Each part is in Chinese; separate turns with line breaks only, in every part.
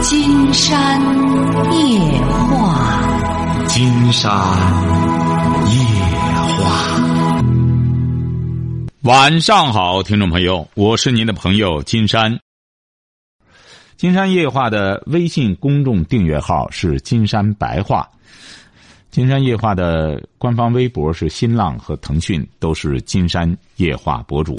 金山夜话，
金山夜话。晚上好，听众朋友，我是您的朋友金山。金山夜话的微信公众订阅号是“金山白话”，金山夜话的官方微博是新浪和腾讯，都是金山夜话博主。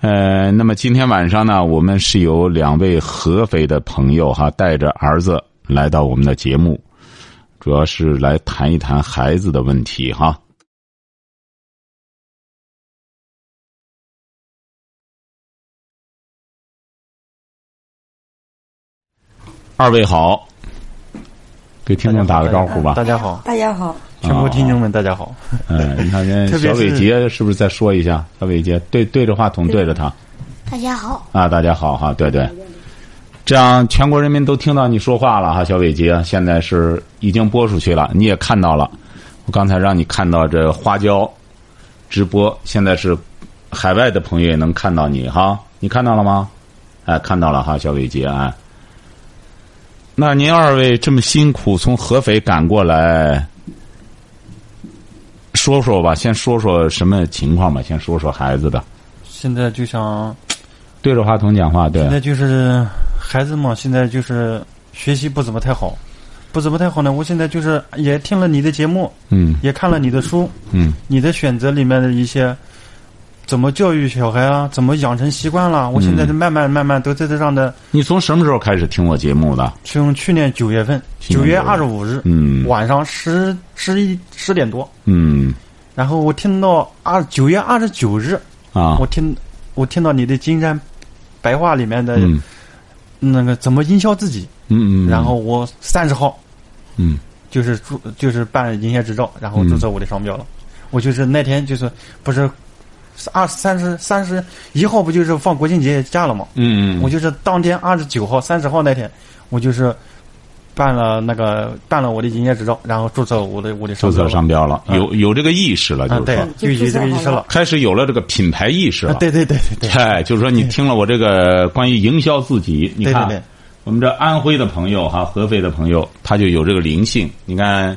呃，那么今天晚上呢，我们是有两位合肥的朋友哈，带着儿子来到我们的节目，主要是来谈一谈孩子的问题哈。二位好，给听众打个招呼吧。
大家好，
大家好，
全国听众们，大家好。
嗯，你看人
特
小
别是
伟杰是不是再说一下？小伟杰对对着话筒对着他
大家好，
啊，大家好哈，对对，这样全国人民都听到你说话了哈，小伟杰现在是已经播出去了，你也看到了，我刚才让你看到这花椒直播，现在是海外的朋友也能看到你哈，你看到了吗？哎，看到了哈，小伟杰哎。那您二位这么辛苦从合肥赶过来，说说吧，先说说什么情况吧，先说说孩子的。
现在就想，
对着话筒讲话，对
现，在就是孩子嘛，现在就是学习不怎么太好，不怎么太好呢。我现在就是也听了你的节目，
嗯
也看了你的书，
嗯
你的选择里面的一些怎么教育小孩啊，怎么养成习惯啦。
嗯
我现在就慢慢慢慢都在这样的。
你从什么时候开始听我节目的？
从去年九月份，
去年9
九
月
月二十五日
嗯
晚上十十一十点多，
嗯
然后我听到二九月二十九日，
啊
我，听我听到你的金山白话里面的
嗯
那个怎么营销自己，
嗯嗯，
呃然后我三十号
嗯
就是注就是办营业执照，然后注册我的商标了。
嗯
我就是那天就是不是二三十三十一号不就是放国庆节假了吗？
嗯嗯，
我就是当天二十九号三十号那天，我就是办了那个办了我的营业执照，然后注册我的我的
注
商标
册
了。
商标了，
嗯
有有这个意识了，
啊，
就是
对
说，
就有这个意识了。
开始有了这个品牌意识
啊，
了。
对对对对对，
哎，就是说你听了我这个关于营销自己，你
对对
看
对
我们这安徽的朋友哈，合肥的朋友，他就有这个灵性。你看，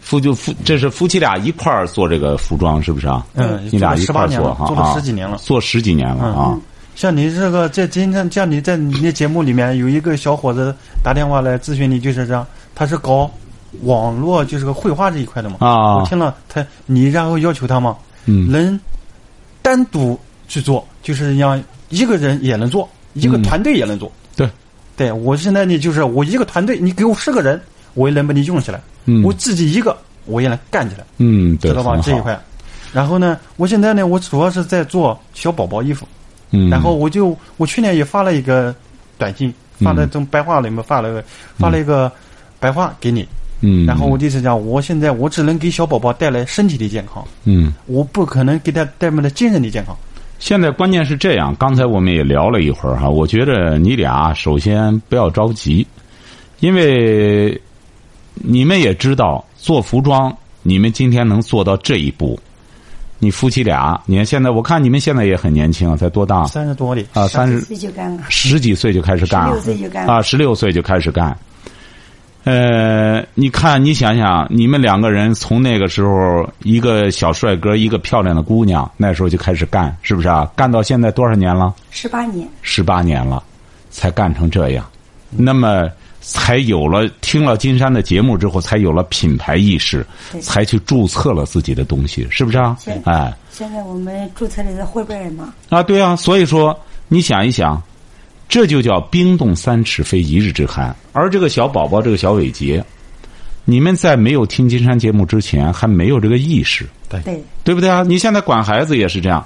夫就夫，这是夫妻俩一块儿做这个服装，是不是啊？
嗯，
你俩一
十
块
八
儿
年
做
了，
哈，
做
啊
了十几年了。嗯
做十几年了啊。
像你这个在今天，像你在你的节目里面有一个小伙子打电话来咨询你，就是这样，他是搞网络，就是个绘画这一块的嘛。
啊
嗯我听了他，你然后要求他嘛，
嗯
能单独去做，就是让一个人也能做，一个
嗯
团队也能做。
对，
对我现在呢，就是我一个团队，你给我十个人，我也能把你用起来；
嗯
我自己一个，我也能干起来，
嗯，对，
知道吧
很？
这一
好，
块。然后呢，我现在呢，我主要是在做小宝宝衣服。
嗯，
然后我就我去年也发了一个短信，发了从白话里面发了个发了一个白话给你，
嗯，
然后我就是讲，我现在我只能给小宝宝带来身体的健康，
嗯，
我不可能给他带来精神的健康。
现在关键是这样，刚才我们也聊了一会儿哈，我觉得你俩首先不要着急，因为你们也知道做服装，你们今天能做到这一步，你夫妻俩，你看现在我看你们现在也很年轻啊，才多大
三十多里，
啊？三十
这就干了。
十几岁就开始干了，
16岁就干了
啊，十六岁就开始干。呃，你看，你想想，你们两个人从那个时候，一个小帅哥，一个漂亮的姑娘，那时候就开始干，是不是啊？干到现在多少年了？
十八年，
十八年了，才干成这样。
嗯
那么，才有了听了金山的节目之后，才有了品牌意识，
对
才去注册了自己的东西，是不是啊
是？
哎，
现在我们注册了个汇贝尔嘛，
啊，对啊，所以说你想一想，这就叫冰冻三尺非一日之寒。而这个小宝宝，这个小伟杰，你们在没有听金山节目之前，还没有这个意识，
对，
对不对啊？你现在管孩子也是这样。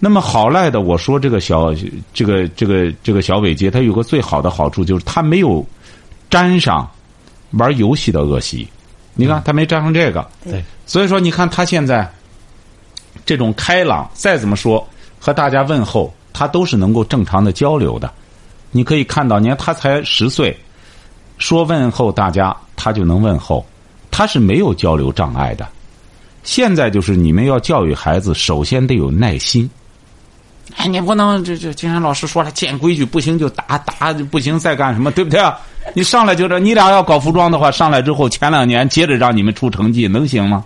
那么好赖的，我说这个小这个这个这个小伟杰，他有个最好的好处就是他没有沾上玩游戏的恶习。你看他没沾上这个，
对，
所以说你看他现在这种开朗，再怎么说和大家问候，他都是能够正常的交流的。你可以看到，你看他才十岁，说问候大家，他就能问候，他是没有交流障碍的。现在就是你们要教育孩子，首先得有耐心，哎，你不能这这，金山老师说了，见规矩不行就打打，不行再干什么，对不对啊？你上来就这，你俩要搞服装的话，上来之后前两年接着让你们出成绩，能行吗？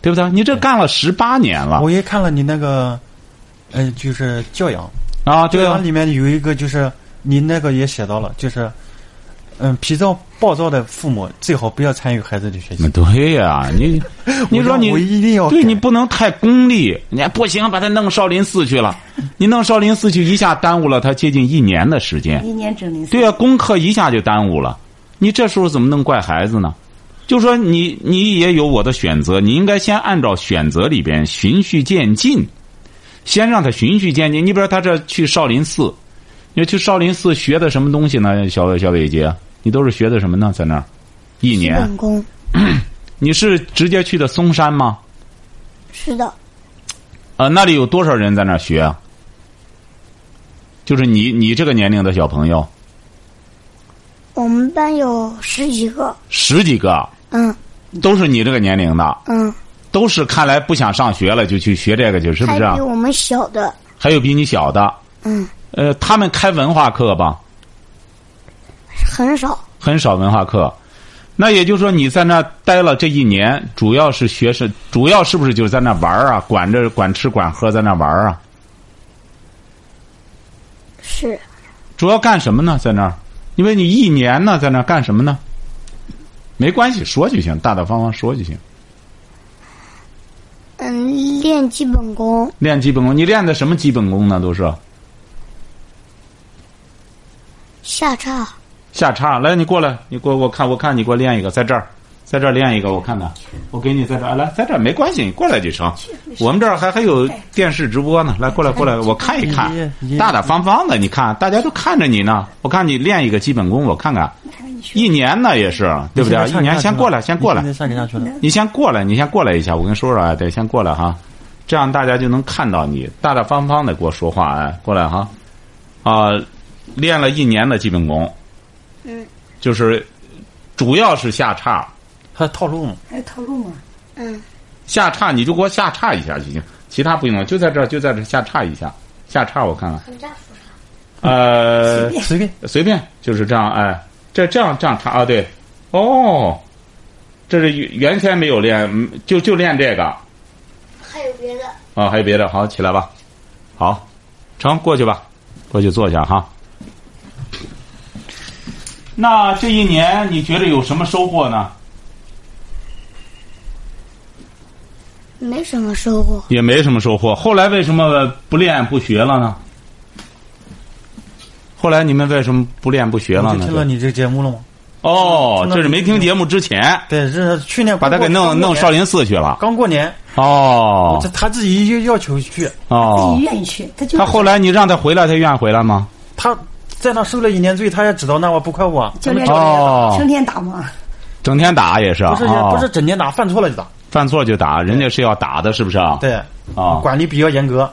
对不对？你这干了十八年了
我也看了你那个，呃，就是教养，
啊，
教
对啊
养，里面有一个就是你那个也写到了，就是，嗯，脾躁暴躁的父母最好不要参与孩子 的学习。
对呀、你 你说你
我一定要
对
改
你不能太功利，你还不行，把他弄少林寺去了，你弄少林寺去一下耽误了他接近一年的时间。
一年整零
对啊，功课一下就耽误了，你这时候怎么能怪孩子呢？就说你你也有我的选择，你应该先按照选择里边循序渐进，先让他循序渐进。你比如他这去少林寺，你去少林寺学的什么东西呢？小小伟姐，你都是学的什么呢？在那儿一
基
年
本，功
你是直接去的嵩山吗？
是的，
呃，那里有多少人在那儿学啊？就是你你这个年龄的小朋友，
我们班有十几个，
十几个啊
嗯
都是你这个年龄的。
嗯，
都是看来不想上学了，就去学这个去，是不
还
是、啊
比？我们小的，
还有比你小的，
嗯，
呃，他们开文化课吧，
很少，
很少文化课。那也就是说，你在那儿待了这一年，主要是学生，主要是不是就是在那儿玩儿啊？管着管吃管喝，在那儿玩儿啊？
是
主要干什么呢？在那儿，因为你一年呢，在那儿干什么呢？没关系，说就行，大大方方说就行。
嗯练基本功，
练基本功，你练的什么基本功呢？都是
下叉，
下叉。来，你过来，你过，我看，我看你给我练一个，在这儿，在这儿练一个，我看看，我给你在这儿，来，在这儿没关系，你过来就成。我们这儿还还有电视直播呢，来，过来，过
哎
来，我看一看
你你，
大大方方的，你看，大家都看着你呢。我看你练一个基本功，我看看，一年呢也是，对不对？一年先过来，先过来
你，现在上去了。
你先过来，你先过来一下，我跟你说说啊，对，先过来哈，这样大家就能看到你，大大方方的给我说话，哎，过来哈，啊、练了一年的基本功，
嗯，
就是主要是下叉，
他套路嘛，
还有套路嘛？
嗯
下叉你就给我下叉一下就行，其他不用了，就在这儿，就在这儿下叉一下，下叉我看看，
很大
呃，
随便
随便就是这样，哎，这这样这样插啊，对，哦，这是原先没有练，嗯就就练这个。
还有别的，
啊，还有别的，好，起来吧，好，成，过去吧，过去坐下哈。那这一年你觉得有什么收获呢？
没什么收获，
也没什么收获。后来为什么不练不学了呢？后来你们为什么不练不学
我
了
就听了
呢？
你这个节目了吗？
哦，这是没听
听到
节目之前，
对，这是去年
把他给弄弄少
上。
林寺去了。
刚过年，
哦
这哎他自己就要求去，
自
哦
己，愿意去，他就
他后来你让他回来，他愿意回来吗？
他在那受了一年罪，他也知道那我不啊怪我，
教练
哦
成天打嘛，
嗯
整天打也是，
不是也
哦
不是整天打，犯错了就打。
犯错就打，人家是要打的，是不是啊？
对，
啊，
管理比较严格，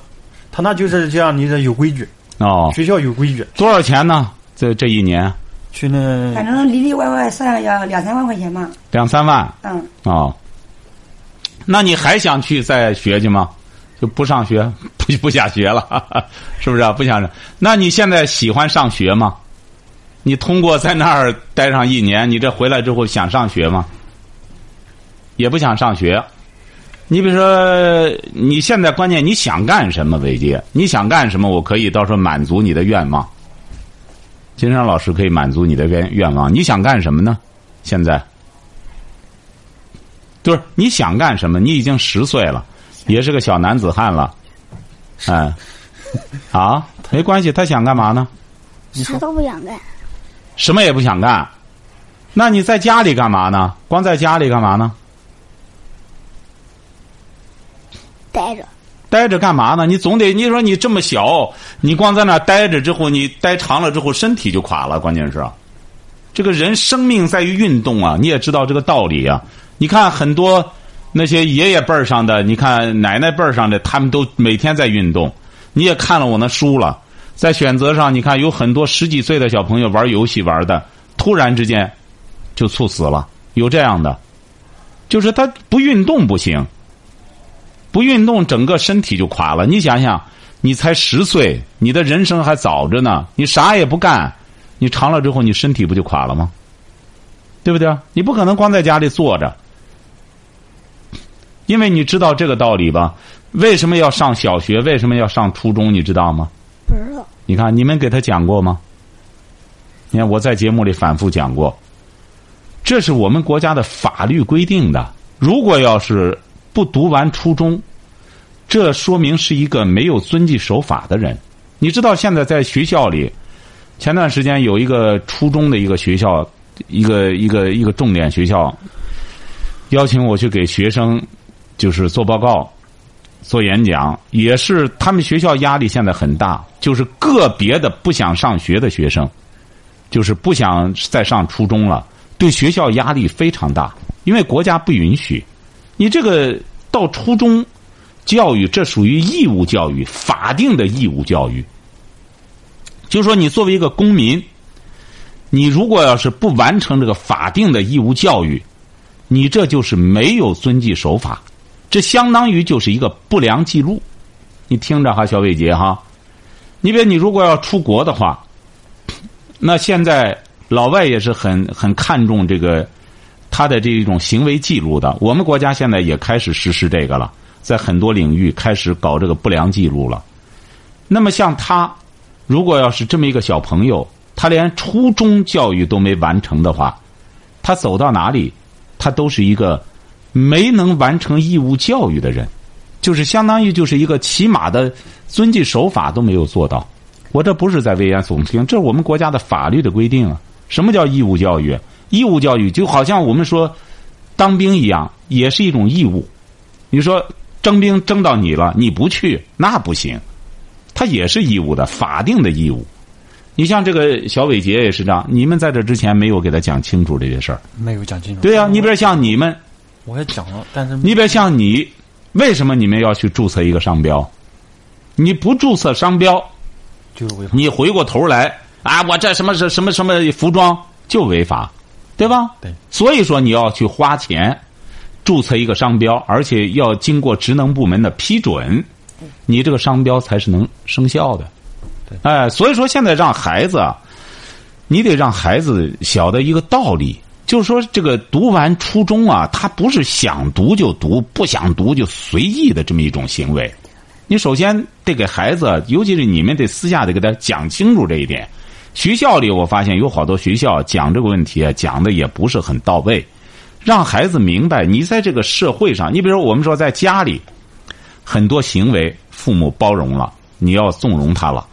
他那就是这样，你得有规矩，
哦，
学校有规矩。
多少钱呢？这这一年
去那
反正里里外外算了要两三万块钱嘛。
两三万
嗯，
哦。那你还想去再学去吗？就不上学， 不不想学了， 是不是、啊？不想上。那你现在喜欢上学吗？你通过在那儿待上一年，你这回来之后想上学吗？也不想上学。你比如说，你现在关键你想干什么，伟杰？你想干什么？我可以到时候满足你的愿望。金山老师可以满足你的愿愿望。你想干什么呢？现在就是你想干什么？你已经十岁了，也是个小男子汉了，嗯，啊，没关系，他想干嘛呢？
啥都不想干，
什么也不想干。那你在家里干嘛呢？光在家里干嘛呢？
待着，
待着干嘛呢？你总得你说你这么小，你光在那儿待着之后，你待长了之后身体就垮了。关键是，这个人生命在于运动啊，你也知道这个道理啊。你看很多那些爷爷辈儿上的，你看奶奶辈儿上的，他们都每天在运动。你也看了我那书了，在选择上，你看有很多十几岁的小朋友玩游戏玩的，突然之间就猝死了，有这样的，就是他不运动不行。不运动，整个身体就垮了。你想想，你才十岁，你的人生还早着呢，你啥也不干，你长了之后，你身体不就垮了吗？对不对？你不可能光在家里坐着，因为你知道这个道理吧？为什么要上小学？为什么要上初中？你知道吗？
不知道，
你看，你们给他讲过吗？你看，我在节目里反复讲过，这是我们国家的法律规定的。如果要是不读完初中，这说明是一个没有遵纪守法的人。你知道，现在在学校里，前段时间有一个初中的一个学校，一个一个一个重点学校，邀请我去给学生就是做报告。做演讲也是他们学校压力现在很大，就是个别的不想上学的学生，就是不想再上初中了，对学校压力非常大，因为国家不允许。你这个到初中教育，这属于义务教育，法定的义务教育。就说你作为一个公民，你如果要是不完成这个法定的义务教育，你这就是没有遵纪守法。这相当于就是一个不良记录，你听着哈，小伟杰哈，你别你如果要出国的话，那现在老外也是很很看重这个他的这一种行为记录的。我们国家现在也开始实施这个了，在很多领域开始搞这个不良记录了。那么像他，如果要是这么一个小朋友，他连初中教育都没完成的话，他走到哪里，他都是一个。没能完成义务教育的人，就是相当于就是一个起码的遵纪守法都没有做到。我这不是在危言耸听，这是我们国家的法律的规定啊。什么叫义务教育？啊义务教育就好像我们说当兵一样，也是一种义务。你说征兵征到你了，你不去那不行，它也是义务的，法定的义务。你像这个小伟杰也是这样，你们在这之前没有给他讲清楚这些事儿。
没有讲清楚。
对呀、你比如像你们。
我也讲了，但是
你别像你，为什么你们要去注册一个商标？你不注册商标，
就是违法。
你回过头来啊，我这什么什什么什么服装就违法，对吧？
对。
所以说你要去花钱注册一个商标，而且要经过职能部门的批准，你这个商标才是能生效的。
对。
哎，所以说现在让孩子啊，你得让孩子晓得一个道理，就是说这个读完初中啊，他不是想读就读，不想读就随意的这么一种行为。你首先得给孩子，尤其是你们得私下得给他讲清楚这一点。学校里我发现有好多学校讲这个问题啊，讲的也不是很到位，让孩子明白你在这个社会上，你比如我们说在家里，很多行为父母包容了，你要纵容他了，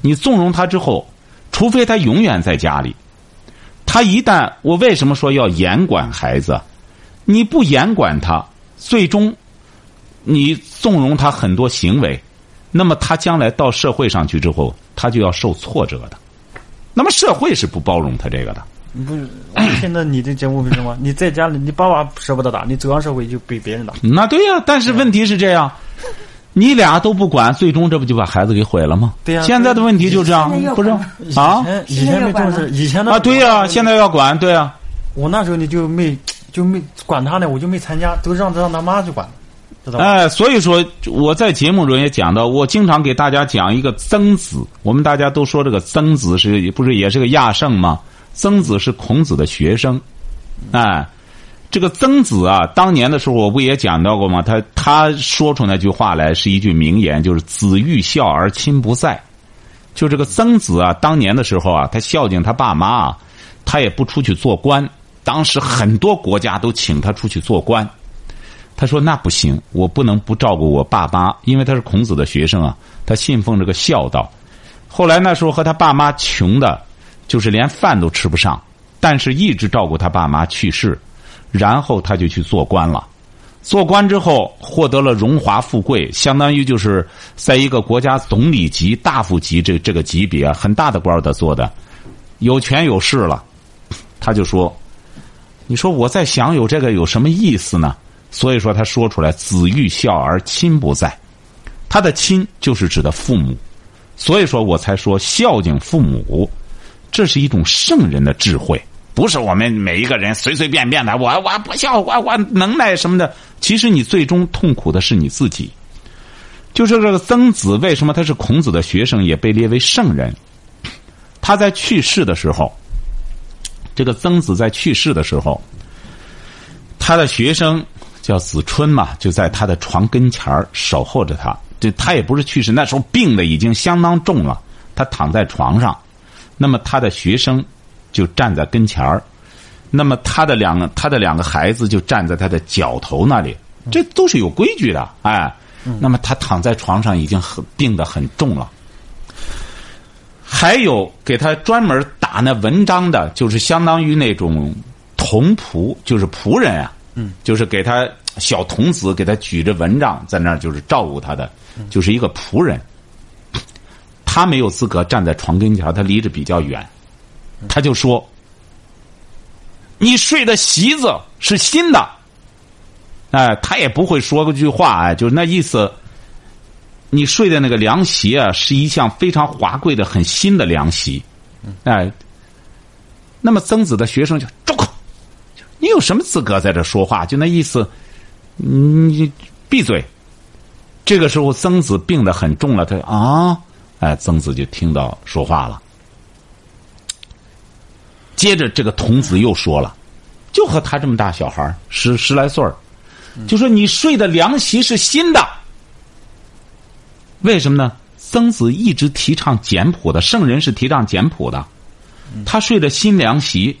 你纵容他之后，除非他永远在家里，他一旦我为什么说要严管孩子？你不严管他，最终你纵容他很多行为，那么他将来到社会上去之后，他就要受挫折的。那么社会是不包容他这个的。
你不是我听到你这节目为什么？你在家里，你爸爸舍不得打，你走上社会就被别人打。
那对呀、但是问题是这样，你俩都不管，最终这不就把孩子给毁了吗？
对呀
现在的问题就这样
现在，要
不是
管
啊
以前以前没重视，以前呢
啊？对呀、现
在
在要管，对呀、
我那时候你就没就没管他呢，我就没参加，都让他让他妈去管，知道吧？
哎，所以说我在节目中也讲到，我经常给大家讲一个曾子。我们大家都说这个曾子是不是也是个亚圣吗？曾子是孔子的学生，哎，这个曾子啊，当年的时候我不也讲到过吗？他他说出那句话来是一句名言，就是“子欲孝而亲不在”。就这个曾子啊，当年的时候啊，他孝敬他爸妈啊，他也不出去做官。当时很多国家都请他出去做官，他说那不行，我不能不照顾我爸妈，因为他是孔子的学生啊，他信奉这个孝道。后来那时候和他爸妈穷的，就是连饭都吃不上，但是一直照顾他爸妈去世，然后他就去做官了。做官之后获得了荣华富贵，相当于就是在一个国家总理级、大夫级这这个级别啊很大的官儿的做的，有权有势了。他就说：“你说我在享有这个有什么意思呢？”所以说他说出来“子欲孝而亲不在”，他的亲就是指的父母，所以说我才说孝敬父母，这是一种圣人的智慧，不是我们每一个人随随便便的我我不孝我我能耐什么的，其实你最终痛苦的是你自己。就是这个曾子为什么他是孔子的学生，也被列为圣人？他在去世的时候，这个曾子在去世的时候，他的学生叫子春嘛，就在他的床跟前儿守候着他。这他也不是去世，那时候病的已经相当重了，他躺在床上，那么他的学生就站在跟前儿，那么他的两个他的两个孩子就站在他的脚头那里，这都是有规矩的，哎，那么他躺在床上已经很病得很重了。还有给他专门打那文章的，就是相当于那种童仆，就是仆人啊，嗯，就是给他小童子给他举着蚊帐在那儿，就是照顾他的，就是一个仆人。他没有资格站在床跟前儿，他离着比较远，他就说：“你睡的席子是新的。”哎，他也不会说句话，哎，就是那意思。你睡的那个凉席啊，是一项非常华贵的、很新的凉席，哎。那么曾子的学生就住口，你有什么资格在这说话？就那意思，嗯你闭嘴。这个时候，曾子病得很重了，他啊，哎，曾子就听到说话了。接着，这个童子又说了，就和他这么大小孩儿十十来岁儿，就说你睡的凉席是新的。为什么呢？曾子一直提倡简朴的，圣人是提倡简朴的。他睡着新凉席，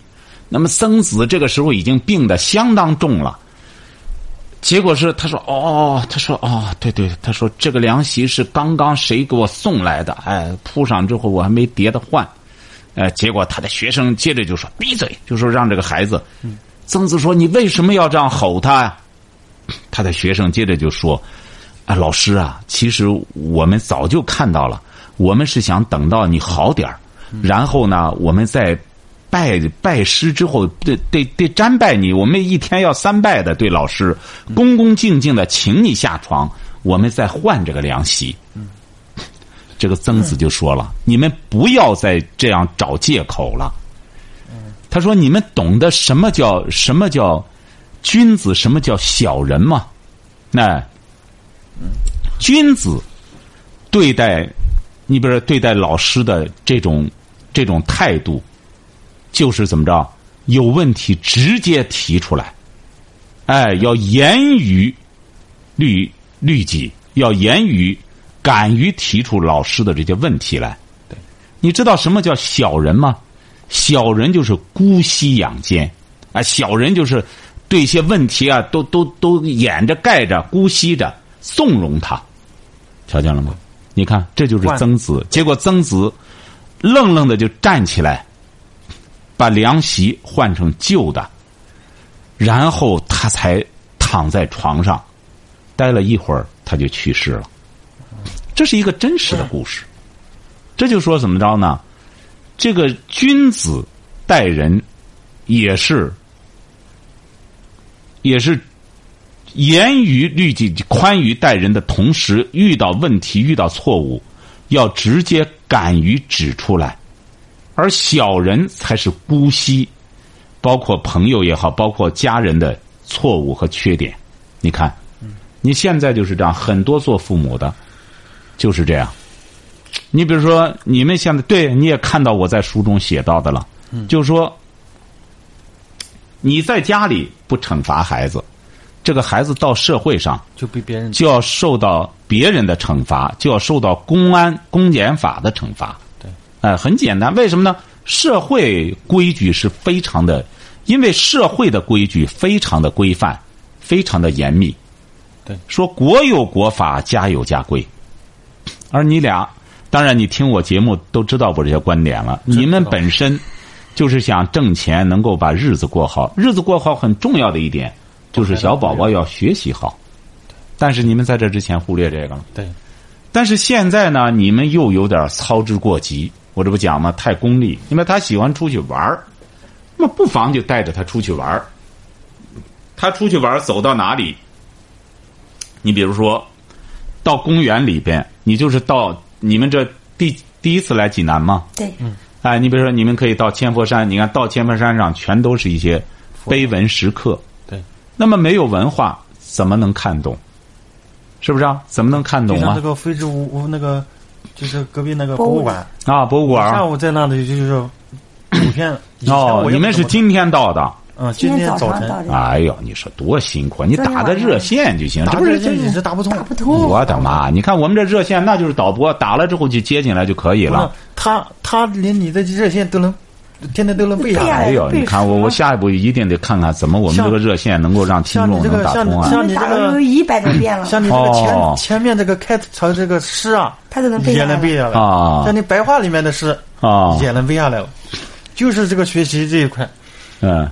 那么曾子这个时候已经病得相当重了。结果是他说哦，他说哦，对对，他说这个凉席是刚刚谁给我送来的？哎，铺上之后我还没叠的换。呃，结果他的学生接着就说闭嘴，就说让这个孩子。曾子说你为什么要这样吼他呀、他的学生接着就说：“啊，老师啊，其实我们早就看到了，我们是想等到你好点儿，然后呢，我们再拜拜师之后，得得得瞻拜你，我们一天要三拜的，对老师，恭恭敬敬的，请你下床，我们再换这个凉席。”这个曾子就说了：“你们不要再这样找借口了。”他说：“你们懂得什么叫什么叫君子，什么叫小人吗？”那君子对待你，比如说对待老师的这种这种态度，就是怎么着？有问题直接提出来，哎，要严于律律己，要严于敢于提出老师的这些问题来。你知道什么叫小人吗？小人就是姑息养奸，啊，小人就是对一些问题啊，都都都掩着盖着、姑息着、纵容他，瞧见了吗？你看，这就是
惯
曾子。结果曾子愣愣的就站起来，把凉席换成旧的，然后他才躺在床上，待了一会儿，他就去世了。这是一个真实的故事，这就说怎么着呢？这个君子待人也是也是严于律己、宽于待人的同时，遇到问题、遇到错误，要直接敢于指出来。而小人才是姑息，包括朋友也好，包括家人的错误和缺点。你看，你现在就是这样，很多做父母的就是这样。你比如说，你们现在对你也看到我在书中写到的了，就是说，你在家里不惩罚孩子，这个孩子到社会上
就被别人
就要受到别人的惩罚，就要受到公安公检法的惩罚。
对，
哎、很简单，为什么呢？社会规矩是非常的，因为社会的规矩非常的规范，非常的严密。
对
说国有国法，家有家规。而你俩，当然你听我节目都知道我这些观点了。
知道
你们本身就是想挣钱，能够把日子过好。日子过好很重要的一点，就是小宝宝要学习好。但是你们在这之前忽略这个了。
对
但是现在呢，你们又有点操之过急。我这不讲吗？太功利。因为他喜欢出去玩儿，那么不妨就带着他出去玩儿。他出去玩儿走到哪里？你比如说，到公园里边，你就是到你们这第第一次来济南吗？
对，
嗯
哎，你比如说，你们可以到千佛山，你看到千佛山上全都是一些碑文石刻，
对，
那么没有文化怎么能看懂？是不是啊？怎么能看
就
懂
像
啊？
那个非洲乌那个，就是隔壁那个
博
博
物
物馆，
啊，博物馆
下
儿
午在那里就是普遍。以前我也
哦，
不
你们
怎
是
么
今天到的。
嗯，
今
今天
早上
晨啊
到这儿
哎呦，你说多辛苦啊！你
昨天
打个
晚上
热线就行，
打
这不
这
是
这一直打不通，
打不
这
通。
我的
哦
妈！你看我们这热线，那就是导播打了之后就接进来就可以
不
了
是。他他连你的热线都能，天天都能背下
对呀
来。
哎呦，
背
你看我
熟
我
了
下一步一定得看看怎么我们
像
这个热线能够让听
像你
众
这
能
个
打
像
通啊
像。
我们
你这
打
个
了有一百多遍了，
像你这个前、
哦
前面这个开头这个诗啊，
他都能背
也
下来
能背
了。
下来
啊
像你白话里面的诗、
啊，
也能背下来了，就是这个学习这一块，
嗯，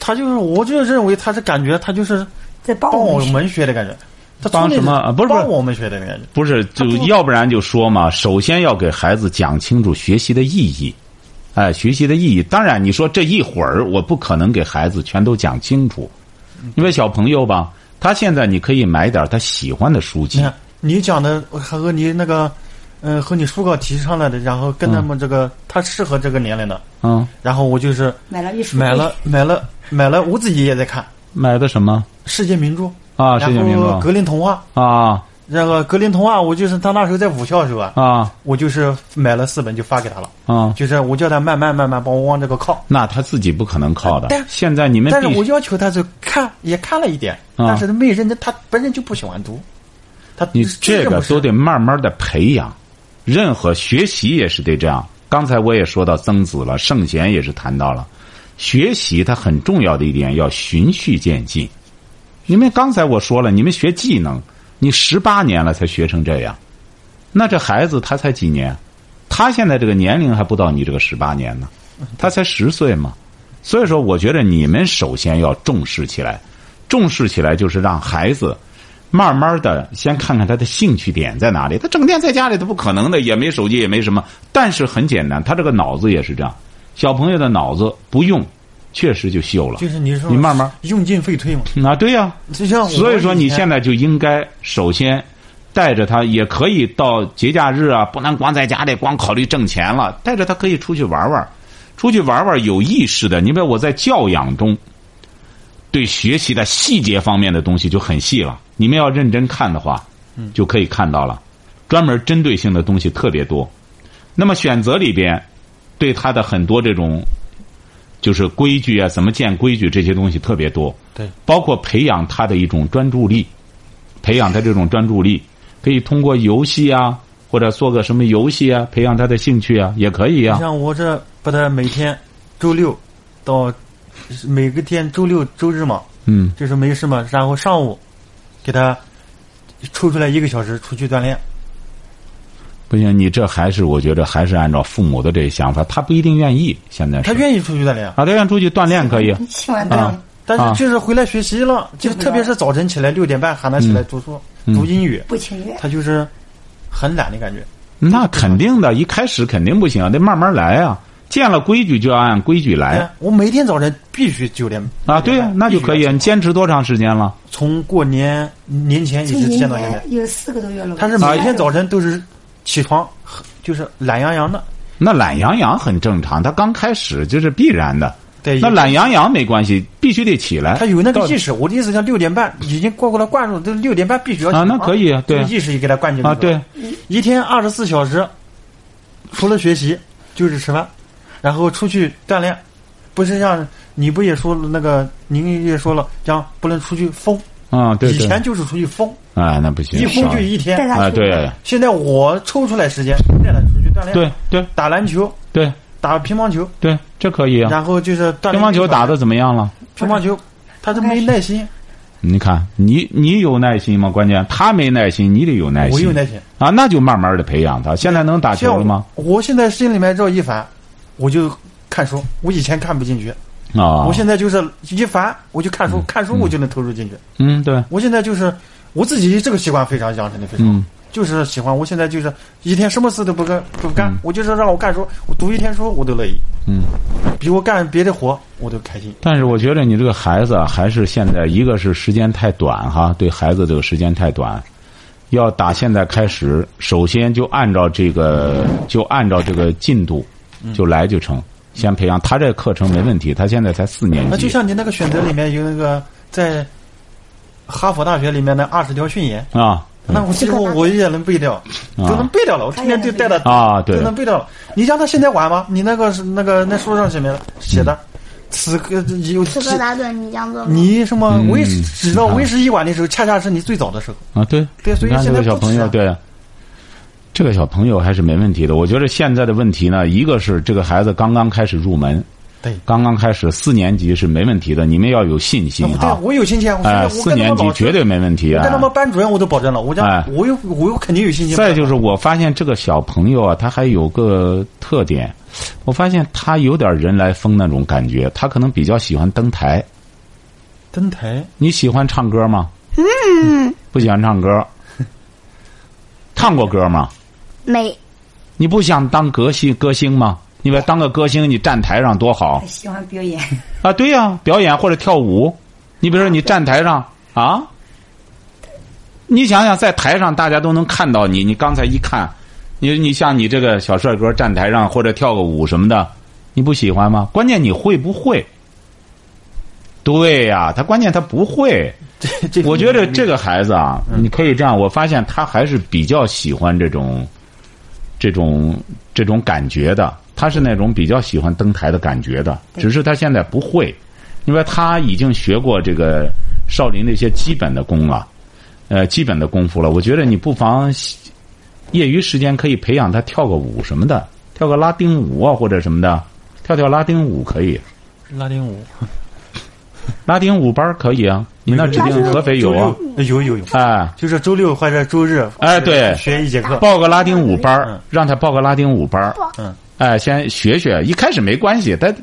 他就是我就认为他是感觉他就是
在帮
帮
我
哦我
们学。
们学的感觉，他
帮
从
什么啊不是不是
帮我们学的感觉，
不是，就要不然就说嘛，首先要给孩子讲清楚学习的意义，哎，学习的意义。当然，你说这一会儿我不可能给孩子全都讲清楚，
嗯
因为小朋友吧，他现在你可以买点他喜欢的书
你
籍
看，你讲的和你那个，嗯、和你书稿提上来的，然后跟他们这个、他适合这个年龄的，
嗯，
然后我就是
买了一书柜
买了买了买了，我自己也在看
买的什么
世界名著
啊？世界名
然后
著
格林童话。
啊
那个格林童话，我就是他那时候在武校的时候啊，
啊
我就是买了四本就发给他了，
啊！
就是我叫他慢慢慢慢帮我往这个靠。
那他自己不可能靠的
但。
现在你们
但是
必
我
须
要求他是看也看了一点，
啊
但是没认真，他本身就不喜欢读，他
你
这
这个
不
都
是
得慢慢的培养，任何学习也是得这样。刚才我也说到曾子了，圣贤也是谈到了，学习它很重要的一点要循序渐进。因为刚才我说了，你们学技能，你十八年了才学成这样，那这孩子他才几年？他现在这个年龄还不到你这个十八年呢，他才十岁嘛。所以说，我觉得你们首先要重视起来，重视起来就是让孩子慢慢的先看看他的兴趣点在哪里。他整天在家里，他不可能的，也没手机，也没什么。但是很简单，他这个脑子也是这样，小朋友的脑子不用，确实就锈了。
就是你说
你慢慢
用进废退嘛，
啊，对呀、
就像我
所以说，你
前
现在就应该首先带着他，也可以到节假日啊，不能光在家里光考虑挣钱了，带着他可以出去玩玩，出去玩玩有意识的。你比如我在教养中，对学习的细节方面的东西就很细了。你们要认真看的话，
嗯
就可以看到了，专门针对性的东西特别多。那么选择里边，对他的很多这种。就是规矩啊，怎么建规矩这些东西特别多。
对
包括培养他的一种专注力，培养他这种专注力，可以通过游戏啊，或者做个什么游戏啊，培养他的兴趣啊，也可以
就
啊。
像我这把他每天周六到每个天周六周日嘛，
嗯，
就是没事嘛，然后上午给他抽出来一个小时出去锻炼。
不行，你这还是我觉得还是按照父母的这想法，他不一定愿意。现在是
他愿意出嗯去锻炼，
啊，他愿出去锻炼可以
你喜欢
啊
的，
但
啊
是就是回来学习了，就
就是不
特别
要
是早晨起来六点半喊他起来读书、
嗯
读英语，
不情愿。
他就是很懒的感觉。
那肯定的，一开始肯定不行啊，得慢慢来啊。见了规矩就要按规矩
哎
来
呀，我每天早晨必须九点
啊，对呀、
呀，
那就可以啊。
必须
你坚持多长时间了？
从过年年前一
从
直
今
坚到现在，
年有四个多月了吧。
他
啊
是每天早晨都是起床，就是懒洋洋的。
那懒洋洋很正常，他刚开始就是必然的。
对，
那懒洋洋没关系，必须得起来。
他哎有那个
到
意识。我的意思，像六点半已经过过了灌输，就是六点半必须要起
啊
床
那可以啊对
这个意识也给他灌进去
啊，
了
对，
一天二十四小时，除了学习就是吃饭，然后出去锻炼，不是像你不也说了那个您也说了，讲不能出去疯，
啊，对
以
对，
前就是出去疯，
哎，那不行，
一疯
少
就一
带
天。
他
啊，
出
对
去
现在我抽出来时间带他出去锻炼，
对对
打篮球、
对
打乒乓球，
对，这可以啊。
然后就是锻
乒
炼
乓球打的怎么样了？
乒乓球，他都没耐心，
你看，你你有耐心吗？关键他没耐心，你得有耐心。
我有耐心。
啊，那就慢慢的培养他。现在能打球了吗？
像我现在心里面只要一烦，我就看书。我以前看不进去，
啊，
我现在就是一烦我就看书，看书我就能投入进去。
嗯，对，
我现在就是我自己这个习惯非常养成的非常好，
嗯
就是喜欢。我现在就是一天什么事都不干不干，我就是让我干书，我读一天书我都乐意，
嗯。
比我干别的活我都开心。
但是我觉得你这个孩子啊还是现在，一个是时间太短哈，对孩子这个时间太短，要打现在开始，首先就按照这个就按照这个进度就来就成，先培养他这课程没问题，他现在才四年
那就
级
像你那个选择里面有那个在哈佛大学里面的二十条训言，
啊，
那我几乎我也能背掉，都能背掉了。我天天就带着
啊，对
都，能背掉了。你让他现在玩吗？你那个是那个那书上写没了写
嗯
的，此刻有
此刻打盹，你将做梦。
你什么
嗯
为时直到
你看
为时已晚的时候，恰恰是你最早的时候。
啊，对，
对所以
你看
现
这
在
个小
不止
朋友，
啊
对，这个小朋友还是没问题的。我觉得现在的问题呢，一个是这个孩子刚刚开始入门，
对
刚刚开始四年级是没问题的，你们要有信心
那不对
哈，。
我有信心，啊我现在
哎，
我
四
跟他
年
们
级
老师
绝对没问题
我跟他
啊
们。班主任我都保证了，我讲、
哎
我有我有肯定有信心。
再就是，我发现这个小朋友啊，他还有个特点，我发现他有点人来疯那种感觉，他可能比较喜欢登台。
登台
你喜欢唱歌吗？嗯，不喜欢唱歌。唱过歌吗？
没
你不想当歌星歌星吗？你别当个歌星，你站台上多好
还喜欢表演，
啊！对呀、表演或者跳舞，你比如说你站台上啊，你想想在台上大家都能看到你，你刚才一看，你你像你这个小帅哥站台上或者跳个舞什么的，你不喜欢吗？关键你会不会？对呀、他关键他不会。
这这，
我觉得这个孩子啊，你可以这样，我发现他还是比较喜欢这种，这种这种感觉的。他是那种比较喜欢登台的感觉的，只是他现在不会，因为他已经学过这个少林的一些基本的功了，呃，基本的功夫了。我觉得你不妨业余时间可以培养他跳个舞什么的，跳个拉丁舞啊或者什么的，跳跳拉丁舞可以，
拉丁舞
拉丁舞班儿可以啊。你那指定合肥有啊，
周六有有有，
哎。
就是周六或者周日，
哎对
学一节课。
报个拉丁舞班儿
嗯，
让他报个拉丁舞班儿，
嗯，
哎，先学学。一开始没关系，但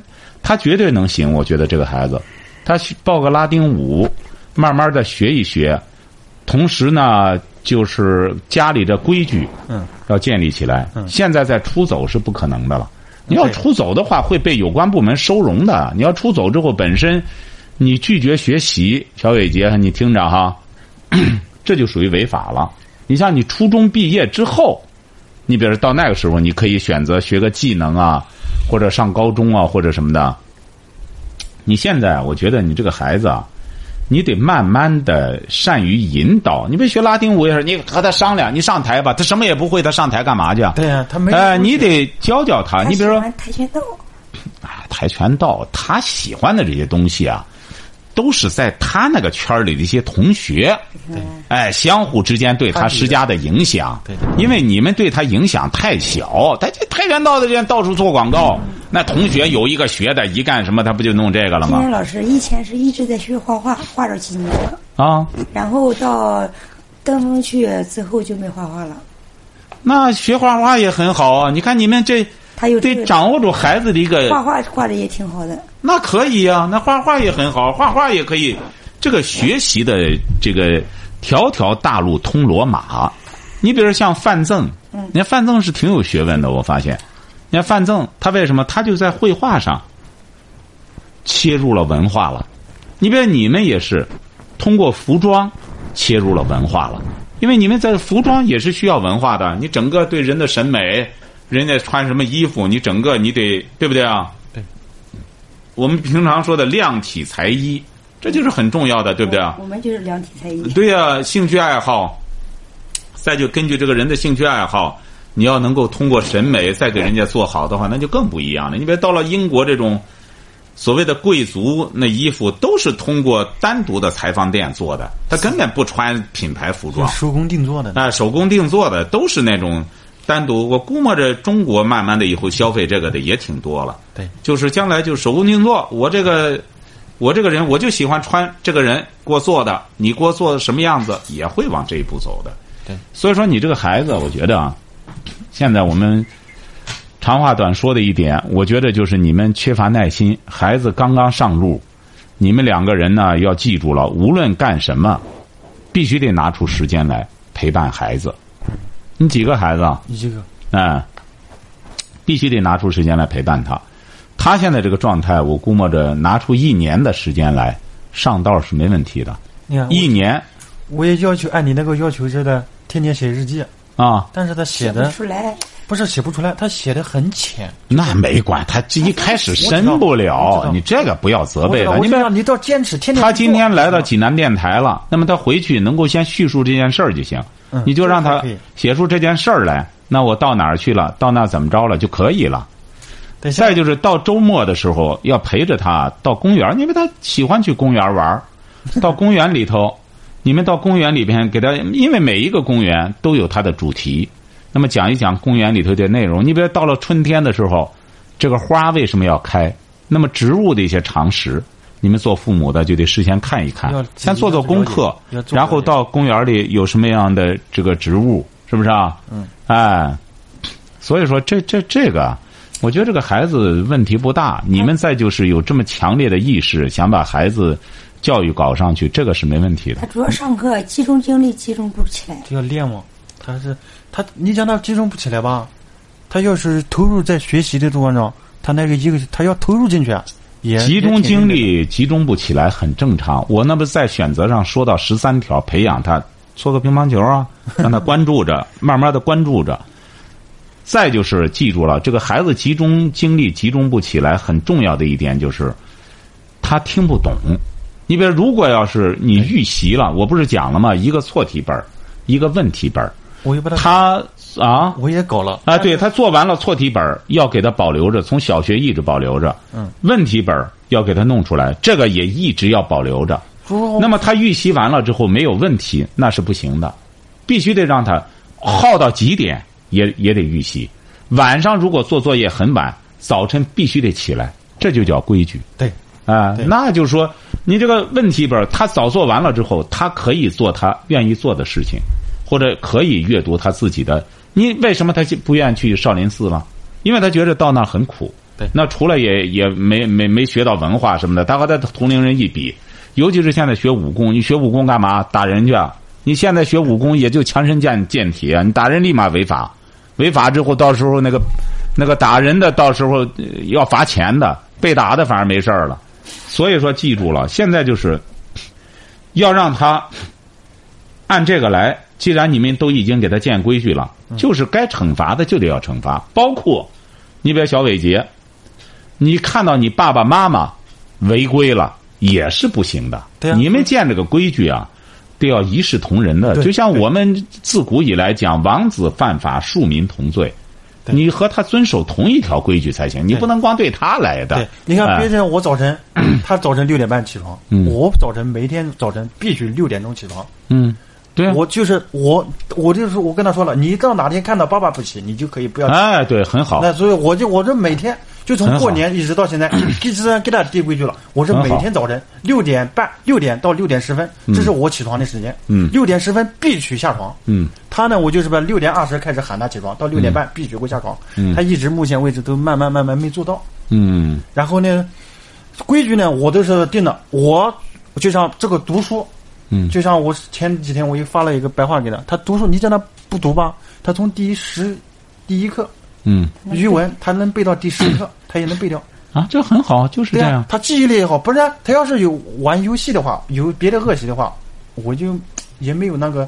他绝对能行。我觉得这个孩子，他学报个拉丁舞，慢慢的学一学，同时呢，就是家里的规矩，
嗯，
要建立起来。
嗯
现在再出走是不可能的了。你要
对
出走的话，会被有关部门收容的。你要出走之后，本身你拒绝学习，小伟杰，你听着哈， 这就属于违法了。你像你初中毕业之后，你比如到那个时候，你可以选择学个技能啊，或者上高中啊，或者什么的。你现在，啊我觉得你这个孩子啊，你得慢慢的善于引导。你别学拉丁舞也是，你和他商量，你上台吧，他什么也不会，他上台干嘛去啊？
对呀、他没
哎，你得教教他。你
他
比
喜
如说，
欢跆拳道，
跆拳道，他喜欢的这些东西啊，都是在他那个圈儿里的一些同学，哎，相互之间对他
他是
施加的影响。
对对对
因为你们对他影响太小，他这跆拳道的人到处做广告，那同学有一个学的，一干什么他不就弄这个了
金
吗
天？老师以前是一直在学画画，画了几年了，
啊，
然后到登峰去之后就没画画了。
那学画画也很好啊。你看你们这
他有这
得
个
掌握住孩子的一个
画画画的也挺好的，
那可以啊，那画画也很好，画画也可以。这个学习的这个条条大路通罗马，你比如像范增，你看范增是挺有学问的，我发现，你看范增他为什么他就在绘画上切入了文化了？你比如你们也是通过服装切入了文化了，因为你们在服装也是需要文化的，你整个对人的审美，人家穿什么衣服，你整个你得对不对啊？我们平常说的量体裁衣，这就是很重要的，对不对啊
我？们就是量体裁衣。
对呀、兴趣爱好，再就根据这个人的兴趣爱好，你要能够通过审美再给人家做好的话，那就更不一样了。你别到了英国这种所谓的贵族，那衣服都是通过单独的裁缝店做的，他根本不穿品牌服装。
手工定做的，
啊，手工定做的都是那种单独。我估摸着中国慢慢的以后消费这个的也挺多了。
对，
就是将来就是手工定做，我这个我这个人我就喜欢穿这个人给我做的，你给我做的什么样子也会往这一步走的。
对，
所以说你这个孩子，我觉得啊，现在我们。长话短说的一点，我觉得就是你们缺乏耐心。孩子刚刚上路，你们两个人呢要记住了，无论干什么，必须得拿出时间来陪伴孩子。你几个孩子啊？
一个
嗯，必须得拿出时间来陪伴他。他现在这个状态，我估摸着拿出一年的时间来上道是没问题的。
你看，
一年
我我也要求按你那个要求似的，天天写日记，
啊，
但是他写
不
的
出来，
不是写不出来，他写的很浅。
那没关系，他这一开始深不
我知
了
道，
你这个不要责备他。
我知道
啊你
我知道
们
你要坚持，天天
他
去
今
做啊
天来到济南电台了，那么他回去能够先叙述这件事儿就行。
嗯
你就让
这
他
个还可以
写出这件事儿来。那我到哪儿去了？到那儿怎么着了就可以了。
对，现
再
在
就是到周末的时候，要陪着他到公园，因为他喜欢去公园 玩儿。到公园里头，你们到公园里边给他，因为每一个公园都有它的主题，那么讲一讲公园里头的内容。你比如到了春天的时候，这个花为什么要开？那么植物的一些常识，你们做父母的就得事先看一看
要，
先做做功课
要做了，解
然后到公园里有什么样的这个植物，是不是啊？
嗯，
哎，所以说这这这个啊，我觉得这个孩子问题不大。你们再就是有这么强烈的意识，想把孩子教育搞上去，这个是没问题的
他。主要上课集中精力集中不起来，
就要练嘛。他是他，你讲他集中不起来吧？他要是投入在学习的过程中，他那个一个他要投入进去，啊也
集中精，
也挺
力集中不起来很正常。我那不在选择上说到十三条，培养他搓个乒乓球啊，让他关注着，慢慢的关注着。再就是记住了，这个孩子集中精力集中不起来，很重要的一点就是他听不懂。你比如，如果要是你预习了，我不是讲了吗？一个错题本儿，一个问题本儿，
我也把他，
他啊，
我也搞了
啊，对他做完了错题本儿要给他保留着，从小学一直保留着。
嗯，
问题本儿要给他弄出来，这个也一直要保留着。
猪
那么他预习完了之后没有问题，那是不行的，必须得让他耗到几点也也得预习。晚上如果做作业很晚，早晨必须得起来，这就叫规矩。
对，
啊，
对
那就是说，你这个问题本儿他早做完了之后，他可以做他愿意做的事情，或者可以阅读他自己的。你为什么他就不愿意去少林寺了？因为他觉得到那儿很苦。
对
那除了也也没没没学到文化什么的，他和他同龄人一比，尤其是现在学武功，你学武功干嘛？打人去啊！你现在学武功也就强身健健体啊，你打人立马违法，违法之后到时候那个那个打人的到时候呃要罚钱的，被打的反而没事儿了。所以说，记住了，现在就是要让他按这个来。既然你们都已经给他建规矩了，
嗯
就是该惩罚的就得要惩罚，包括你比如小伟杰，你看到你爸爸妈妈违规了也是不行的。
对啊
你们建这个规矩啊，都要一视同仁的。
对
就像我们自古以来讲，王子犯法，庶民同罪。
对
你和他遵守同一条规矩才行，你
对
不能光对他来的。
对，你看
哎
别人，我 早晨，他早晨六点半起床，
嗯
我早晨每天早晨必须六点钟起床。
嗯，对啊，
我就是我，我就是我跟他说了，你到哪天看到爸爸不起，你就可以不要起。
哎，对，很好，
那所以我就我这每天就从
很好
过年一直到 现在，一直给他定规矩了。我是
很好
每天早晨六点半、六点到六点十分，这是我起床的时间。
嗯
六点十分必须下床。
嗯，
他呢，我就是把六点二十开始喊他起床，到六点半必须给我下床。
嗯
他一直目前为止都慢慢慢慢没做到。
嗯
然后呢，规矩呢，我都是定的。我就像这个读书，
嗯
就像我前几天我又发了一个白话给他，他读书你叫他不读吧，他从第十第一课
嗯
语文他能背到第十 课，他也能背掉。
啊，这很好，就是这
对
样
啊，。他记忆力也好，不然他要是有玩游戏的话，有别的恶习的话，我就也没有那个，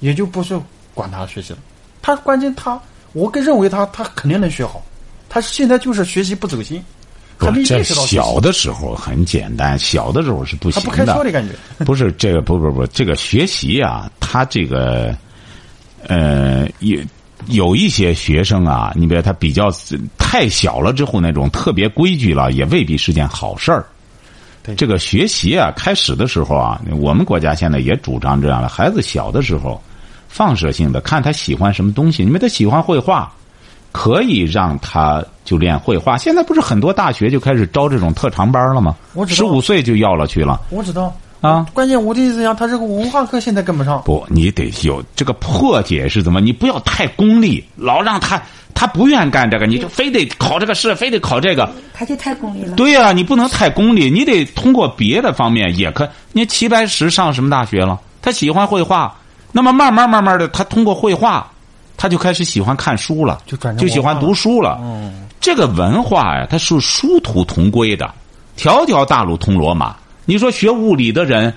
也就不是管他学习了。他关键他，我更认为他他肯定能学好，他现在就是学习不走心，还没意
这
识到学习
小的时候很简单，小的时候是不
他
行
不开窍的感觉。
不是这个，不不不，这个学习啊，他这个，呃，有有一些学生啊，你比如他比较太小了之后那种特别规矩了，也未必是件好事儿。
对
这个学习啊，开始的时候啊，我们国家现在也主张这样了，孩子小的时候，放射性的看他喜欢什么东西，因为他喜欢绘画。可以让他就练绘画。现在不是很多大学就开始招这种特长班了吗
我？知
十
道
五岁就要了去了
我知道，
啊！
关键我的意思讲，他这个文化课现在跟不上。
不，你得有这个破解是怎么？你不要太功利，老让他他不愿干这个，你就非得考这个试，非得考这个。
他就太功利了。
对呀、你不能太功利，你得通过别的方面也可。你齐白石上什么大学了？他喜欢绘画，那么慢慢慢慢的，他通过绘画，他就开始喜欢看书了，
就转成
喜欢
文化
读书了。
嗯，
这个文化呀，它是殊途同归的，条条大路通罗马。你说学物理的人，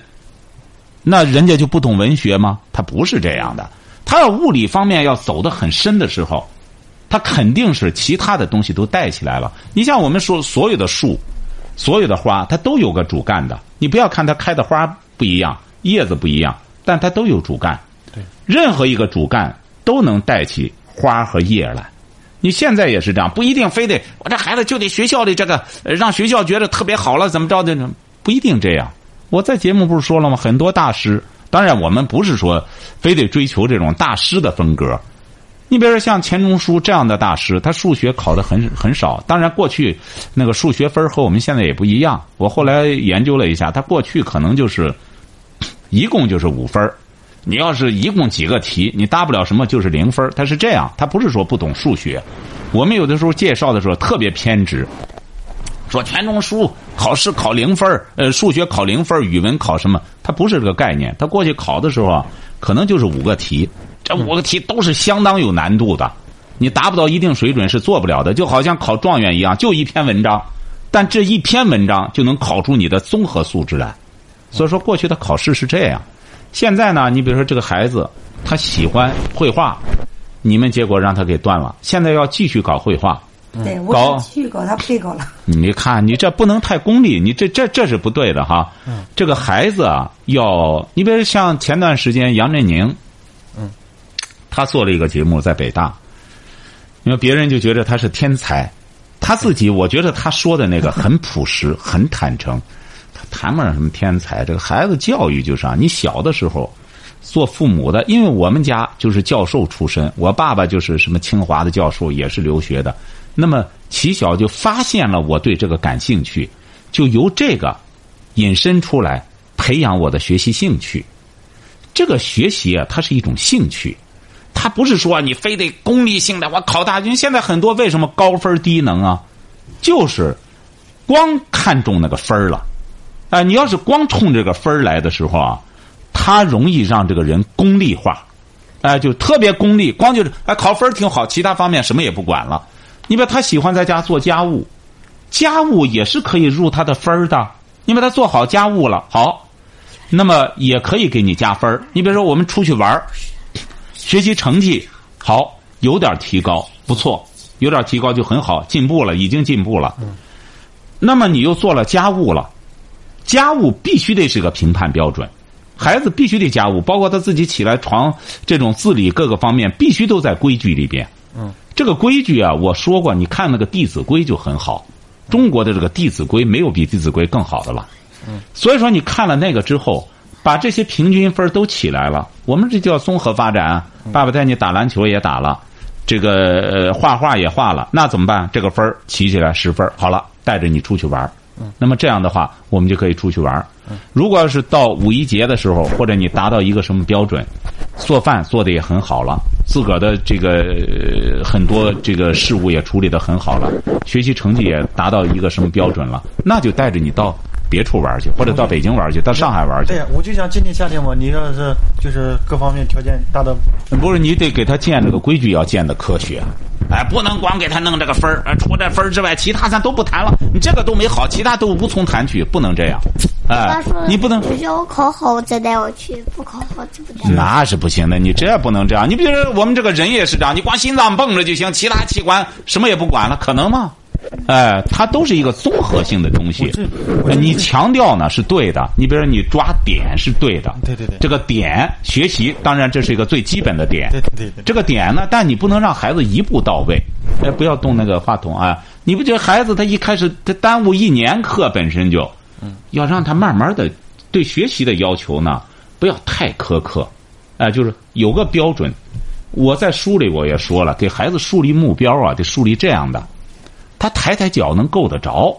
那人家就不懂文学吗？他不是这样的。他要物理方面要走得很深的时候，他肯定是其他的东西都带起来了。你像我们说所有的树，所有的花，它都有个主干的。你不要看它开的花不一样，叶子不一样，但它都有主干。
对，
任何一个主干都能带起花和叶来。你现在也是这样，不一定非得我这孩子就得学校里这个，呃让学校觉得特别好了，怎么着的呢？不一定这样。我在节目不是说了吗？很多大师，当然我们不是说非得追求这种大师的风格。你比如说像钱钟书这样的大师，他数学考的很很少。当然，过去那个数学分和我们现在也不一样。我后来研究了一下，他过去可能就是一共就是五分儿你要是一共几个题，你答不了什么就是零分儿他是这样，他不是说不懂数学。我们有的时候介绍的时候特别偏执，说钱钟书考试考零分儿呃，数学考零分儿语文考什么？他不是这个概念。他过去考的时候啊，可能就是五个题，这五个题都是相当有难度的，你达不到一定水准是做不了的。就好像考状元一样，就一篇文章，但这一篇文章就能考出你的综合素质来。所以说，过去的考试是这样。现在呢，你比如说这个孩子，他喜欢绘画，你们结果让他给断了。现在要继续搞绘画，
对
嗯搞
我是去搞，他不给搞了。
你看，你这不能太功利，你这这这是不对的哈。
嗯
这个孩子啊，要你比如像前段时间杨振宁，
嗯，
他做了一个节目在北大，因为别人就觉得他是天才，他自己我觉得他说的那个很朴实，很坦诚，他谈不上什么天才。这个孩子教育就是啊，你小的时候。做父母的，因为我们家就是教授出身，我爸爸就是什么清华的教授，也是留学的。那么起小就发现了我对这个感兴趣，就由这个引申出来培养我的学习兴趣。这个学习啊，它是一种兴趣，它不是说你非得功利性的我考大军。现在很多为什么高分低能啊，就是光看重那个分儿了。啊、你要是光冲这个分儿来的时候啊，它容易让这个人功利化，哎、就特别功利，光就是哎、考分儿挺好，其他方面什么也不管了。你把他喜欢在家做家务，家务也是可以入他的分儿的。你把他做好家务了，好，那么也可以给你加分儿。你比如说我们出去玩儿，学习成绩好，有点提高，不错，有点提高就很好，进步了，已经进步了。那么你又做了家务了，家务必须得是个评判标准，孩子必须得家务，包括他自己起来床这种自理各个方面，必须都在规矩里边。
嗯，
这个规矩啊，我说过，你看那个《弟子规》就很好，中国的这个《弟子规》没有比《弟子规》更好的了。嗯，所以说你看了那个之后，把这些平均分都起来了，我们这叫综合发展啊。爸爸带你打篮球也打了，这个呃画画也画了，那怎么办？这个分儿起起来十分儿，好了，带着你出去玩儿。那么这样的话，我们就可以出去玩儿。如果要是到五一节的时候，或者你达到一个什么标准，做饭做的也很好了，自个儿的这个、呃很多这个事物也处理的很好了，学习成绩也达到一个什么标准了，那就带着你到别处玩儿去，或者到北京玩儿去，到上海玩儿去
对。呀，我就想今年夏天嘛，你要是就是各方面条件达到，
不是你得给他建这个规矩，要建的科学。哎，不能光给他弄这个分儿，哎除这分儿之外，其他咱都不谈了。你这个都没好，其他都无从谈起，不能这样。哎
他说，
你不能
只要我考好再带我去，不考好就不带我去。
那是不行的，你这不能这样。你比如说，我们这个人也是这样，你光心脏蹦着就行，其他器官什么也不管了，可能吗？哎，它都是一个综合性的东西
我这我。
呃
这
你强调呢是对的，你比如说你抓点是对的，
对对对
这个点学习当然这是一个最基本的点，
对对对对
这个点呢，但你不能让孩子一步到位。哎，不要动那个话筒啊！你不觉得孩子他一开始他耽误一年课本身就，
嗯
要让他慢慢的对学习的要求呢，不要太苛刻，哎、就是有个标准。我在书里我也说了，给孩子树立目标啊，得树立这样的，他抬抬脚能够得着。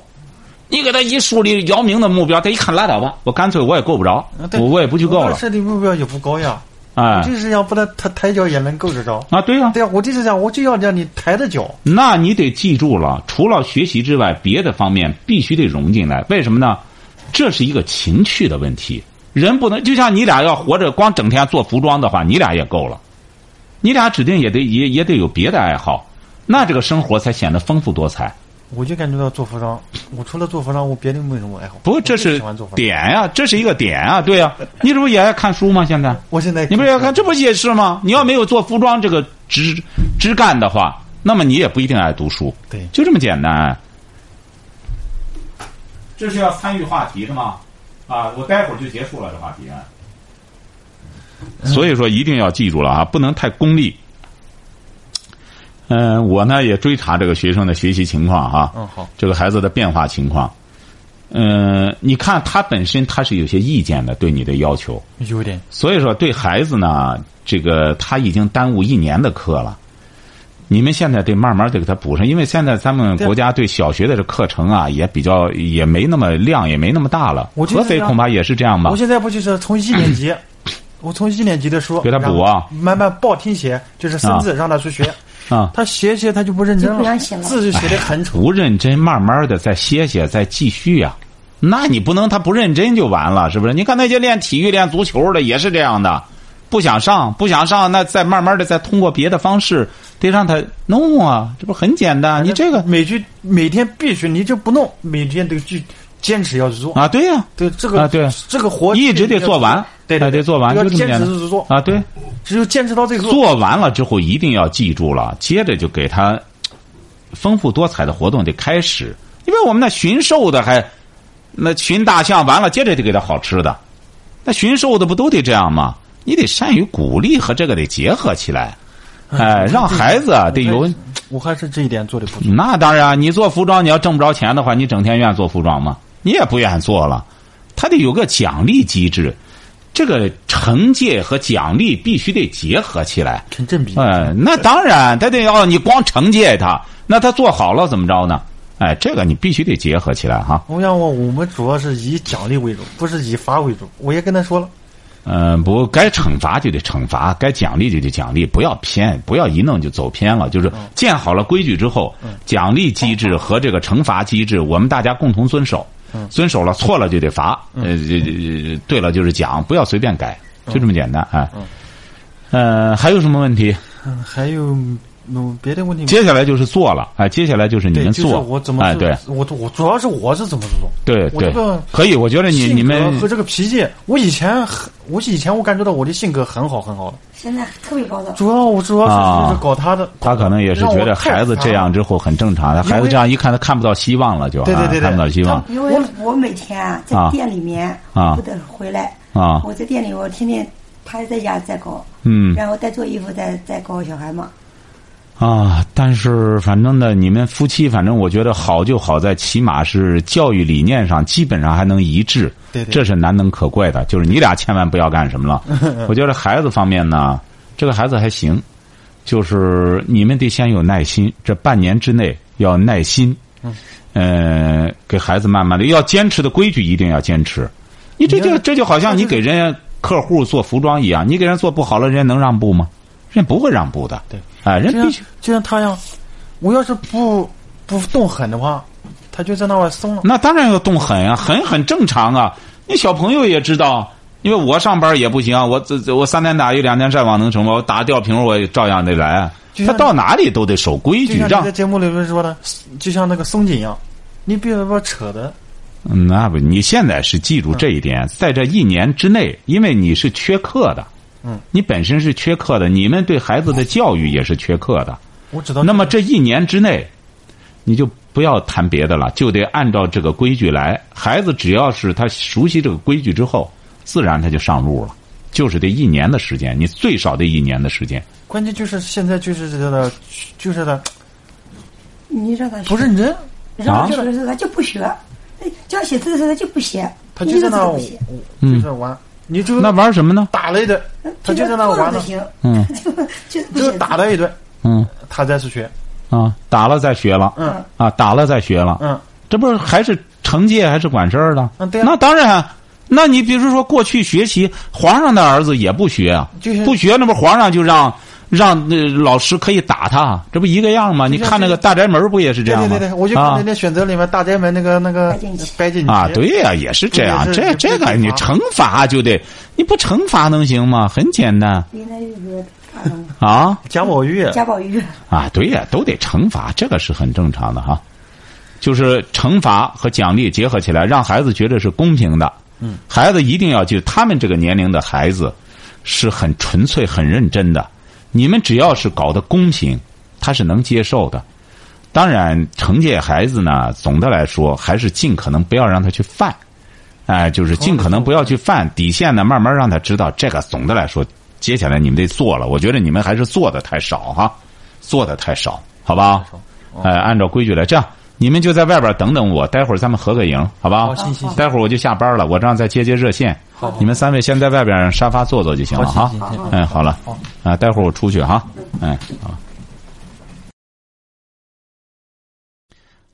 你给他一树立姚明的目标，他一看拉倒吧，我干脆我也够不着，
啊对
我我也不去够了，
设定目标也不高呀，
哎
我就是想不能抬抬脚也能够得着。
啊，对呀、
对呀，我就是想我就要让你抬着脚，
那你得记住了，除了学习之外，别的方面必须得融进来。为什么呢？这是一个情趣的问题。人不能就像你俩要活着，光整天做服装的话，你俩也够了。你俩指定也得也也得有别的爱好，那这个生活才显得丰富多彩。
我就感觉到做服装，我除了做服装，我别的没什么爱好。
不，
我
这
就是喜欢做服装。
点呀、这是一个点啊，对呀、你这不也爱看书吗？现在
我现在
你不是要看，这不也是吗？你要没有做服装这个枝枝干的话，那么你也不一定爱读书。
对
就这么简单。这
啊
是要参与话题是吗？啊，我待会儿就结束了这话题。所以说一定要记住了啊，不能太功利。嗯、我呢也追查这个学生的学习情况哈、
嗯好，
这个孩子的变化情况。嗯，你看他本身他是有些意见的，对你的要求，
有点
所以说对孩子呢，这个他已经耽误一年的课了。你们现在得慢慢的给他补上，因为现在咱们
对
国家对小学的这课程啊，也比较也没那么量，也没那么大了。
我觉得
合肥
是啊
恐怕也是这样吧
我。现在不就是从一年 级，我从一年级的说
给他补啊，
然后慢慢报听写，就是生字，让他去学。
啊
他写写他就不认真
就不让写了
字就写的很丑。
不认真，慢慢的再歇歇，再继续呀、那你不能他不认真就完了，是不是？你看那些练体育、练足球的也是这样的，不想上，不想上，那再慢慢的再通过别的方式，得让他弄啊，这不很简 单？你这个
每句每天必须，你就不弄，每天都去坚持要去做。
啊，对呀、
对这个
啊对
这个活
一直得做完，
对
哎
对，
得做完，
要
就这么
坚
简
持
单
去做，
啊，对。
只有坚持到最后。
做完了之后一定要记住了，接着就给他丰富多彩的活动得开始，因为我们那驯兽的还那驯大象完了，接着得给他好吃的，那驯兽的不都得这样吗？你得善于鼓励和这个得结合起来，哎，让孩子啊得有。
哎我还是这一点做的不错。
那当然，啊你做服装你要挣不着钱的话，你整天愿意做服装吗？你也不愿意做了，他得有个奖励机制，这个惩戒和奖励必须得结合起来。
成正比，
嗯，那当然，他得要你光惩戒他，那他做好了怎么着呢？哎，这个你必须得结合起来哈。
我想我我们主要是以奖励为主，不是以罚为主。我也跟他说了，
嗯，不该惩罚就得惩罚，该奖励就得奖励，不要偏，不要一弄就走偏了。就是建好了规矩之后，
嗯
奖励机制和这个惩罚机制，我们大家共同遵守。
嗯
遵守了，错了就得罚，呃，这这对了就是奖，不要随便改，
嗯
就这么简单啊。呃，还有什么问题？
嗯，还有嗯别的问题吗？
接下来就是做了，哎，接下来就是你
对，
们
就是
做，
我怎么
哎，
是
对，
我我主要是我是怎么做，
对
我
对
这个，
可以，我觉得你
性
你
格
们
和这个脾气，我以前很，我以前我感觉到我的性格很好很好的，
现在特别暴躁。
主要我主要
啊
是就是搞他的，
他可能也是觉得孩子这样之后很正常，孩子这样一看他看不到希望了就，
对对
啊
对对
看不到希望
因为我我每天啊在
啊
店里面
啊
不得回来
啊
我在店里我天天他在家在搞，
嗯
然后再做衣服再再搞小孩嘛，
啊。但是反正呢，你们夫妻反正我觉得好就好在起码是教育理念上基本上还能一致，
对对
这是难能可贵的。就是你俩千万不要干什么 了。我觉得孩子方面呢，这个孩子还行，就是你们得先有耐心，这半年之内要耐心。
嗯
呃，给孩子慢慢的要坚持的规矩一定要坚持。你这
你
就
要
这就好像你给人家客户做服装一样，你给人做不好了，人家能让步吗？人家不会让步的。
对，
啊，人
就
家必须
像就像他一样，我要是不不动狠的话，他就在那块松了。
那当然要动狠啊，狠很正常啊。你小朋友也知道，因为我上班也不行啊，我这这我三天打鱼两天晒网能成吗？我打吊瓶我也照样得来啊。
就
他
像
到哪里都得守规
就
矩，
像
让
你在节目里面说的，就像那个松紧一样，你别把扯的，
嗯，那不，你现在是记
嗯
住这一点，在这一年之内，因为你是缺课的，
嗯，
你本身是缺课的，你们对孩子的教育也是缺课的。
我知道。
那么这一年之内，你就不要谈别的了，就得按照这个规矩来。孩子只要是他熟悉这个规矩之后，自然他就上路了。就是得一年的时间，你最少得一年的时间。
关键就是现在就是这个，就是的
你让他学
不啊认真，
让他学的时候他就不学，哎叫写字的时候他就不写，
他
一
就在
个字
那
都
我
不写，
我就在玩，你就
嗯那玩什么呢？
打了一顿，他就在那
坐着
玩
不
呢，
行，
嗯
就就不
就
写
打
字
了一顿，
嗯
他再去学，
啊，打了再学了，
嗯
啊，打了再学了，
嗯，
这不是还是惩戒还是管事儿的？
嗯对啊
那当然。那你比如说，过去学习，皇上的儿子也不学啊，
就是
不学，那不皇上就让让那老师可以打他，这不一个样吗？你
像
看那
这
个
个
大宅门不也是这
对
样
对
吗？
对对，我就看
啊
人家选择里面大宅门那个那个
白敬亭
白景
啊，对呀、也是这样。
也是
这
也
这
是
个
惩罚
你惩罚就得，你不惩罚能行吗？很简单
应该就是大龙
啊
贾宝玉，
贾宝玉，
啊，对呀、都得惩罚，这个是很正常的哈。就是惩罚和奖励结合起来，让孩子觉得是公平的。嗯，孩子一定要记住，他们这个年龄的孩子是很纯粹、很认真的。你们只要是搞得公平，他是能接受的。当然，惩戒孩子呢，总的来说还是尽可能不要让他去犯。哎，就是尽可能不要去犯底线呢，慢慢让他知道这个。总的来说，接下来你们得做了，我觉得你们还是做的太少哈，做的太少，好吧？哎，按照规矩来，这样你们就在外边等等我，待会儿咱们合个影，好吧？
好行行行
待会儿我就下班了，我这样再接接热线。
好
你们三位先在外边沙发坐坐就行了
好
哈
行行行。
哎，好了，啊，待会儿我出去哈。哎，好。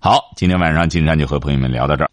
好，今天晚上金山就和朋友们聊到这儿。